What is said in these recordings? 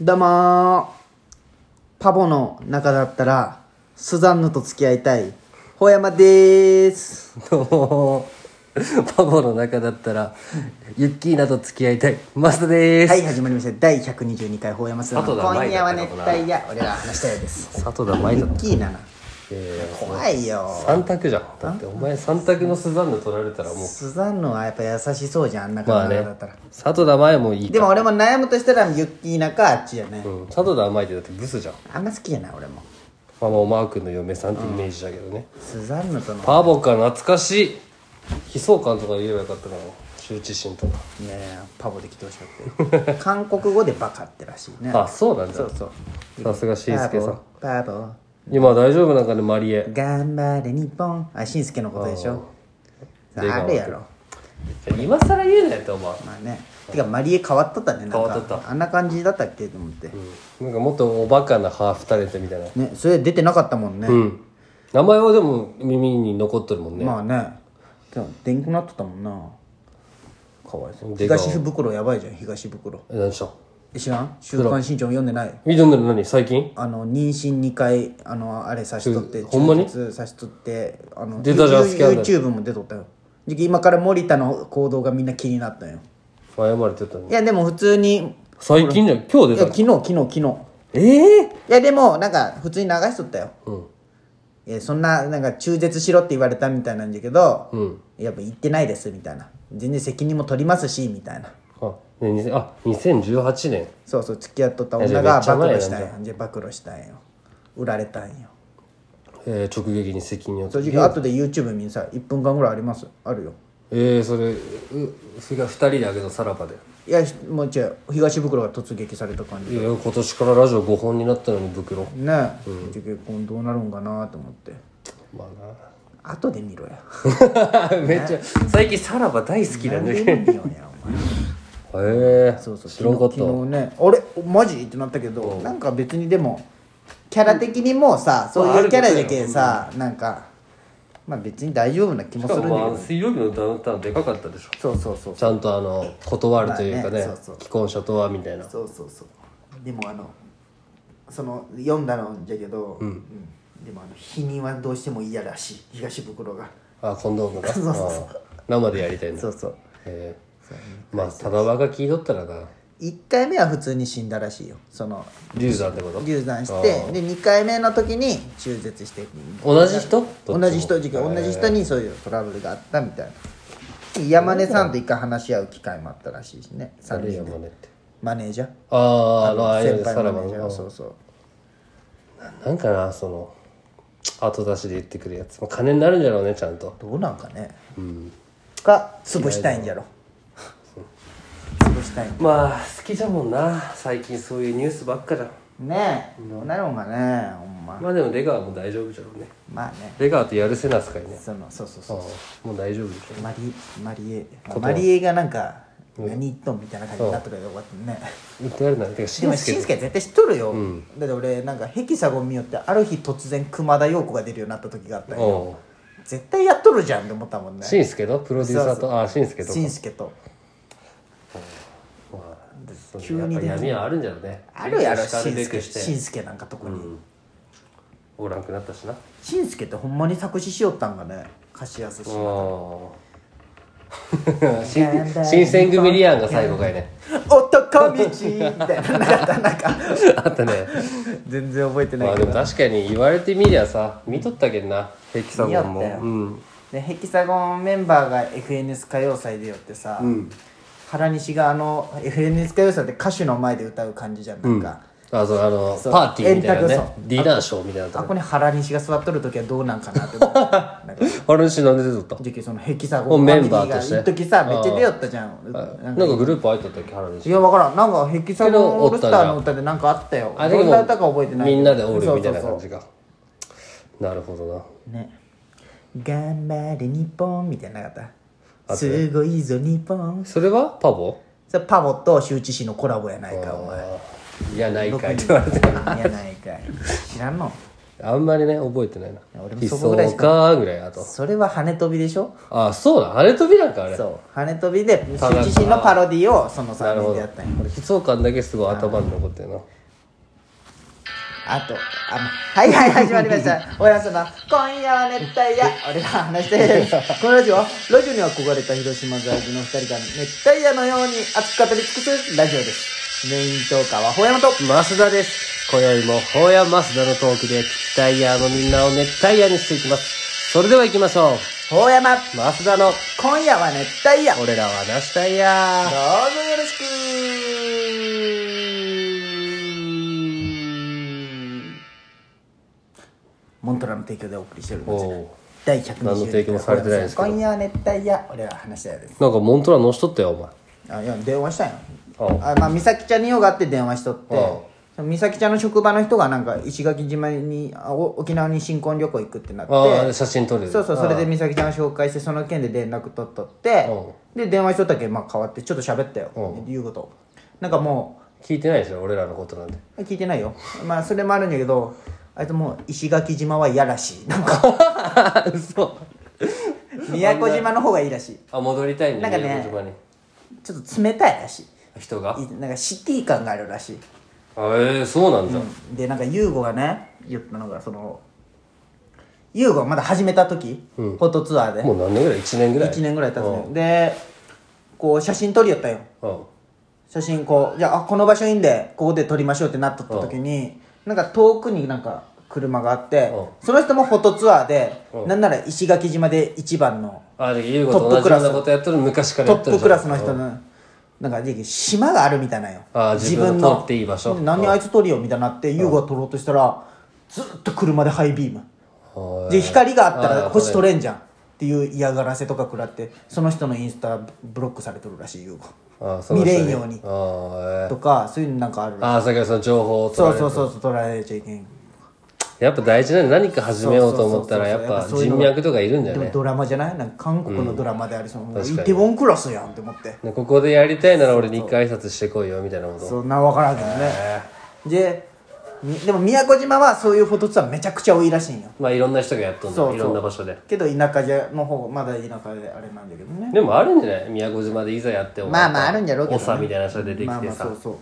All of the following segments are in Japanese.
どうもーパボの中だったらスザンヌと付き合いたいほやまでーす どうもパボの中だったらユッキーナと付き合いたいマスタでーす、はい始まりました第122回ほやまスザンヌ後だ今前夜だはっ熱たかな帯夜俺ら話したいです佐藤田舞だ大きいなな怖いよ三択じゃんだってお前三択のスザンヌ取られたらもうスザンヌはやっぱ優しそうじゃんあんなまあ感じねだったら、佐藤田舞もいいでかも俺も悩むとしたらユッキーナかあっちやね、うん、佐藤田舞ってだってブスじゃんあんま好きやな俺もママおマー君の嫁さんってイメージだけどね、スザンヌとのねパボか懐かしい悲壮感とか言えばよかったな羞恥心とか、えパボで来てほしかったよ韓国語でバカってらしいねあそうなんだそうそうさすがしんすけさんパボパボ今大丈夫なんかねマリエ頑張れ日本あしんすけのことでしょああーれやろ今更言うなよってお前まあねてかマリエ変わっとったねなんか変わっとったあんな感じだったっけと思って、なんかもっとおバカなハーフタレントみたいなねそれ出てなかったもんね、うん名前はでも耳に残っとるもんね、まあねでもでんくなっとったもんなかわいそうでかい東袋やばいじゃん東袋え何したえ知らん「週刊新潮」読んでない見てんだろ何最近あの妊娠2回あのあれ差し取ってほんまに中絶差し取ってあの出たじゃんスキャンダル YouTube も出とったよじゃ今から森田の行動がみんな気になったよ謝れてたのいやでも普通に最近じゃん今日い出やたの昨日昨日昨日いええやでもなんか普通に流しとったよ、うんいやそんななんか中絶しろって言われたみたいなんだけど、うんやっぱ言ってないですみたいな全然責任も取りますしみたいなあねにせあ2018年そうそう付き合っとったいや女じゃがあめっちゃ暴前や露したなんやじゃあ暴露したんよ売られたんよえー、直撃に責任を正取り直後で YouTube 見んさ1分間ぐらいありますあるよえー、それうふが2人であげたさらばでいやひもう違う東袋が突撃された感じいや今年からラジオ5本になったのに袋ねえ、じゃあ結婚どうなるんかなと思ってま後で見ろやあな めっちゃ最近さらば大好きだ何ねで へも見ようやお前えー、そうそう知らんかっ昨た日昨日ねあれマジってなったけど、なんか別にでもキャラ的にもさ、そういうキャラじゃけんさ、なんかまあ別に大丈夫な気もするんだけまあど水曜日のダウンタウンでかかったでしょそうそうそうちゃんとあの断るというかね,、まあねそうそう既婚者とはみたいなそうそうそうでもあのその読んだのじゃけど、うんでもあの否認はどうしても嫌らしい東袋があコンドームがそうそうそうああ生でやりたいんだそうそうへえまあただわが聞いとったらな1回目は普通に死んだらしいよその流産ってこと流産してで2回目の時に中絶して同じ人同じ人事件同じ人にそういうトラブルがあったみたいな山根さんと一回話し合う機会もあったらしいしね3誰や人マネっでてマネージャーあああのああい先うのさ輩らマばネージャーのそうそうなんかなその後出しで言ってくるやつ、まあ、金になるんじゃろうねちゃんとどうなんかねか潰したいんじゃろ潰したいんまあ好きじゃもんな最近そういうニュースばっかだねえどうなるんかねほんままあでも出川も大丈夫じゃろうねまあね出川とやるせなすかいねそのそうそうあそあもう大丈夫でしょうマリマリエあマリエがなんか何言っとんみたいな感じになっとかで終わってね言ってやるなてかしでんもすしんけすけは絶対知っとるよ、だって俺なんかヘキサゴン見よってある日突然熊田曜子が出るようになった時があったんよお絶対やっとるじゃんって思ったもんねしんすけとプロデューサーそうとあしんすけとしんすけと急に闇はあるんじゃろうねあるやろ叱しんべすけくしんしてすけなんか特におらんくなったしなあしんすけってほんまに作詞しよったんがね貸安しあ新 新選組リアンが最後かい ね男道みたいななんかなんかあったね全然覚えてなまいあけでど、も確かに言われてみりゃさ見とったけんなヘキサゴンも見よったようんでヘキサゴンメンバーが「FNS 歌謡祭」でよってさ、原西があの「FNS 歌謡祭」って歌手の前で歌う感じじゃんなんか、あそうあのそうパーティーみたい円なね卓そうディナーショーみたいなあとここに原西が座っとる時はどうなんか なって思ってなんかあれしなんで出とった時期そのヘキサゴンメンバーとしてファミリーが一時さめっちゃ出よったじゃんななんんかかグループ入っとったっけ原い西や分からんなんかヘキサゴンオールスターの歌でなんかあったよあどでんもな歌か覚えてないけみどんなでおるみたいなそうそう感じがなるほどなそうね頑張れ日本みたいななかったすごいぞ日本それはパボそれパボと周知氏のコラボやないかお前いやないかいって言われていやないかい知らんのあんまりね覚えてないな俺も「ひそこそぐらいしかか」ぐらいあとそれは羽飛びでしょあそうだあれ飛びなんかあれそう羽飛びで田中自身のパロディをそのな3る人ほでどやったんよ俺悲壮感だけすごい頭に残ってるなあと、あ、まはいはい、始まりま した。親さの、今夜は熱帯夜。俺が話してる。このラジオは、ラジオに憧れた広島在住の二人が熱帯夜のように熱く語り尽くすラジオです。メイントーカーは、ほやまと。増田です今宵もホーヤ増田のトークで聞きたいやのみんなを熱帯夜にしていきますそれでは行きましょうほやま、増田の今夜は熱帯夜。どう俺らはなしたいやぞよろしくモントラの提供でお送りしておりおます。お第120回何の提供もされてないですけど今夜は熱帯夜。俺らは話したいです。うなんかモントラ乗しとったよお前あいや電話したんよああ、まあ、美咲ちゃんに用があって電話しとってうんその美咲ちゃんの職場の人がなんか石垣島にあお沖縄に新婚旅行行くってなっああて写真撮れるそうそうそれであ美咲ちゃんを紹介してその件で連絡取っとってで電話しとったけん、まあ、変わってちょっと喋ったよう言うことなんかもあ聞いてないですよ俺らのことなん てう聞いてないよまあそれもあるんやけどあいつもう石垣島は嫌らしいなんか嘘宮古島の方がいいらしいあ戻りたいんなだんかね宮古島にちょっと冷たいらしい人がいなんかシティ感があるらしいあええそうなんだ、でなんか優吾がね言ったのがその優吾がまだ始めた時、フォトツアーでもう何年ぐらい1年ぐらい1年ぐらい経つね、でこう写真撮りよったようん写真こうじゃああこの場所いいんでここで撮りましょうってなっとった時に、なんか遠くになんか車があって、うその人もフォトツアーで、うんなんなら石垣島で一番のあで優子と同じようなことやっとる昔からトやっッとるプじゃクんラスの人の、なんかで島があるみたいなんよあー自分の撮っていい場所うん何あいつ撮りよみたいになって優吾が撮ろうとしたらずっと車でハイビームはいで光があったらあー星取れんじゃんっていう嫌がらせとか食らってその人のインスタブロックされとるらしい優あ吾その見人れんようにあーええとかそういうのなんかあるらしいあーさっきのその情報を取そうられるそうそうそう取られちゃいけんやっぱ大事なの何か始めようと思ったらやっそぱうそうそうそう人脈とかいるんだでよもねドラマじゃないなんか韓国のドラマでありその、もう確イかにテウォンクラスやんって思ってでここでやりたいなら俺に一回挨拶してこいよみたいなことそんな分からんけどねでみでも宮古島はそういうフォトツアーめちゃくちゃ多いらしいんよまあいろんな人がやっとんそうそだういろんな場所でけど田舎じゃの方まだ田舎であれなんだけどねでもあるんじゃない宮古島でいざやってもまあまああるんじゃろうけど、ね、長みたいな人出てまきあてまあそさうそう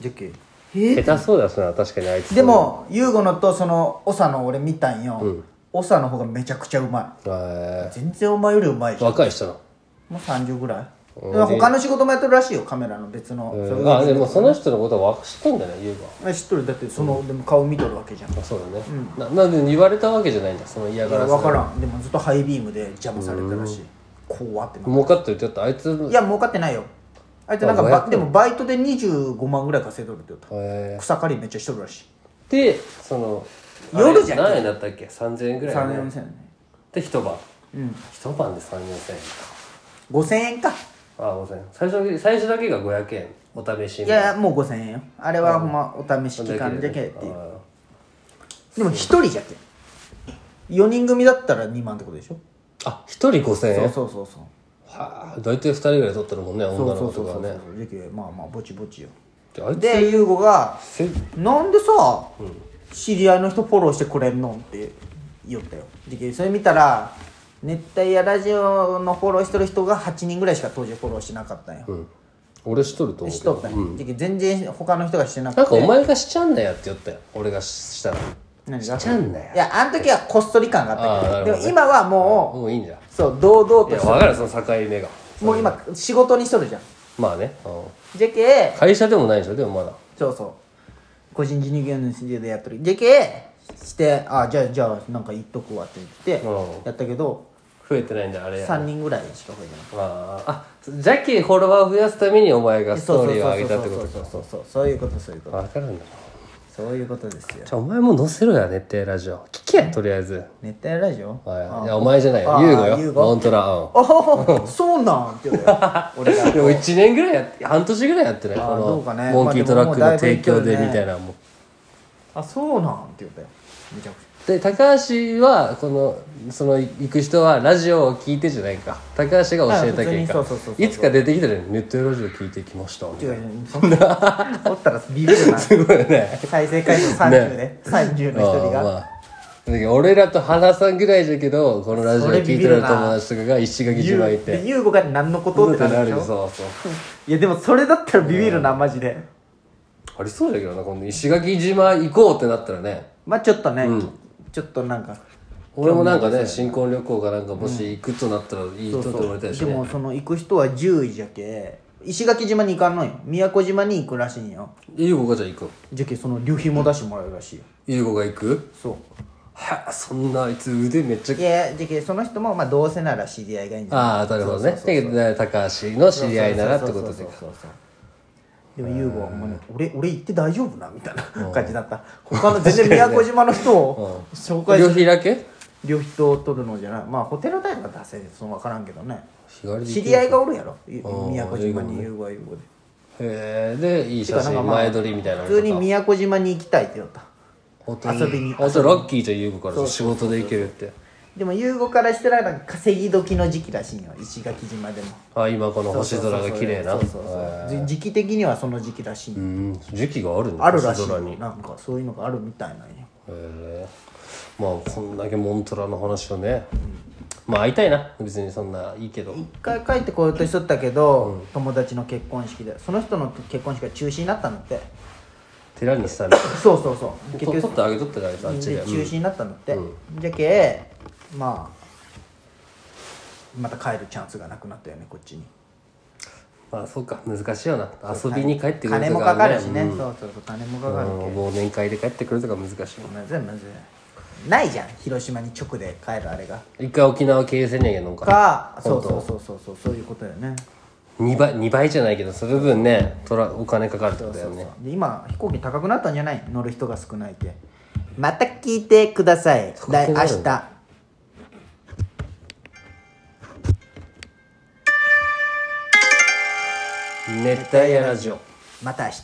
じゃっけえ下手そうだしな確かにあいつでも優吾のとその長の俺見たんよ長、の方がめちゃくちゃうまあい全然お前よりうまいーじゃん若い人なのもう30ぐらいうんでも他の仕事もやってるらしいよカメラの別の、それあでもその人のことは知っとんだね優子はえ知っとるだってその、でも顔見とるわけじゃんいあそうだね、ななんで言われたわけじゃないんだその嫌がやらせ分からんでもずっとハイビームで邪魔されたらしい怖ってな儲かっといてやったあいついや儲かってないよあいつなんかあば500でもバイトで25万ぐらい稼いどるって言ったへ草刈りめっちゃしとるらしいーでその夜じゃんあれ何円だったっけ3000円ぐらいだ3ね、円4000円ねで一晩うん一晩で3 4 0 0円5000円かかあ5000円最初最初だけが500円お試しみいたいなやもう5000円よあれはほんまお試し期間だけっていうでも1人じゃけ4人組だったら2万ってことでしょあ一1人5000そう円そうそうそうはあ大体2人ぐらい取ってるもんねそ女うのそう子そとうそかうねじゃけまあまあぼちぼちよであいつで優吾がせ「なんでさ、知り合いの人フォローしてくれんの?」って言ったよじゃけそれ見たら熱帯夜ラジオのフォローしてる人が8人ぐらいしか当時フォローしなかったんよ、うん、俺しとると思うしけとどったんよ、じゃけ全然他の人がしてななくんかおて前がしちゃうんだよって言ったよ俺がしたら何しがちゃうんだよいやあの時はこっそり感があったけあーなるどほどねでも今はもう、もういいんじゃんそう堂々いとやし分かるその境目がてもう今仕事にしとるじゃんまあね、うじゃけん、会社でもないでしょでもまだそうそう個人事業主でやっとるじゃけしてあじゃあじゃあなんか言っとくわって言ってうんやったけど増えてないんだあれや3人ぐらいしか増えてないああジャッキーフォロワーを増やすためにお前がストーリーを上げたってことそうかそうそうそうそういうことそういうこと分かるんだそういうことですよじゃあお前も載せろや熱帯ラジオ聞けとりあえず熱帯ラジオはいいやお前じゃないあよあ優吾よユーゴモントラうんああそうなんって言うよ俺がでも1年ぐらいやって半年ぐらいやってないこああどうかの、ねモンキートラックの提ま供であでももうだいぶいってるみねたいなもんあそうなんって言ったよめちゃくちゃで高橋はこのその行く人はラジオを聞いてじゃないか高橋が教えたあ普通けにんそうそうそうかそういつか出てきたらネットでラジオ聞いてきましたみた違いうな違うそんなおったらビビるなすごいよね再生回数30で、30の一人が、あーまあだけど俺らと原さんぐらいじゃけどこのラジオ聞いてる友達とかが石垣島行っゆうてゆうごが何のことってなるでしょそうそういやでもそれだったらビビるなマジでありそうだけどな今度石垣島行こうってなったらねまあちょっとね、うんちょっとなんか俺もなんかね新婚旅行かなんかもし行くとなったらいいそとうってもらいたいしでねもその行く人は10位じゃけ石垣島に行かんのよ宮古島に行くらしいんよ優子がじゃあ行くじゃけその旅費も出してもらうらしいよ優子が行くそはあそんなあいつ腕めっちゃういやじゃけその人もまあどうせなら知り合いがいいんじゃないああなるほどねだけどね高橋の知り合いならってこそとでうそうそうそうでも優吾はもうね俺俺行って大丈夫なみたいな感じだった他の全然宮古島の人を紹介旅し費だけ旅費と取るのじゃないまあホテル代は出せるその分からんけどね日帰りで行ける知り合いがおるやろいー宮古島に優吾は優吾でへえでいいて写かなんか真まあ前撮りみたいなの普とか通に宮古島に行きたいって言った遊びにあじゃあラッキーじゃん優子から仕事で行けるってでも優吾からしたらなんか稼ぎ時の時期らしいよ石垣島でもあ今この星空が綺麗なそうそうそうじ時期的にはその時期らしいようん時期があるねあるらしい星空よにへなんかそういうのがあるみたいなんよえまあこんだけモントラの話をねまあ会いたいな別にそんないいけど一回帰ってこようとしとったけど、友達の結婚式でその人の結婚式が中止になったんだって寺西 さんにそうそうそうと撮ってあげとってあいつあっちでで中うん止になったんだって、じゃけまあまた帰るチャンスがなくなったよねこっちにまあそうか難しいよな遊びに帰ってくる金ともかかかるねしね、そうそうそう金もかかるうけんど忘年会で帰ってくるとか難しいよねまずいまずいないじゃん広島に直で帰るあれが一回沖縄経営宣言やのかかそうそうそうそうそうそういうことよね2倍2倍じゃないけどその分ね取らお金かかるってことだよねで今飛行機高くなったんじゃない乗る人が少ないけまた聞いてください高くな来る明日熱帯夜ラジオまた明日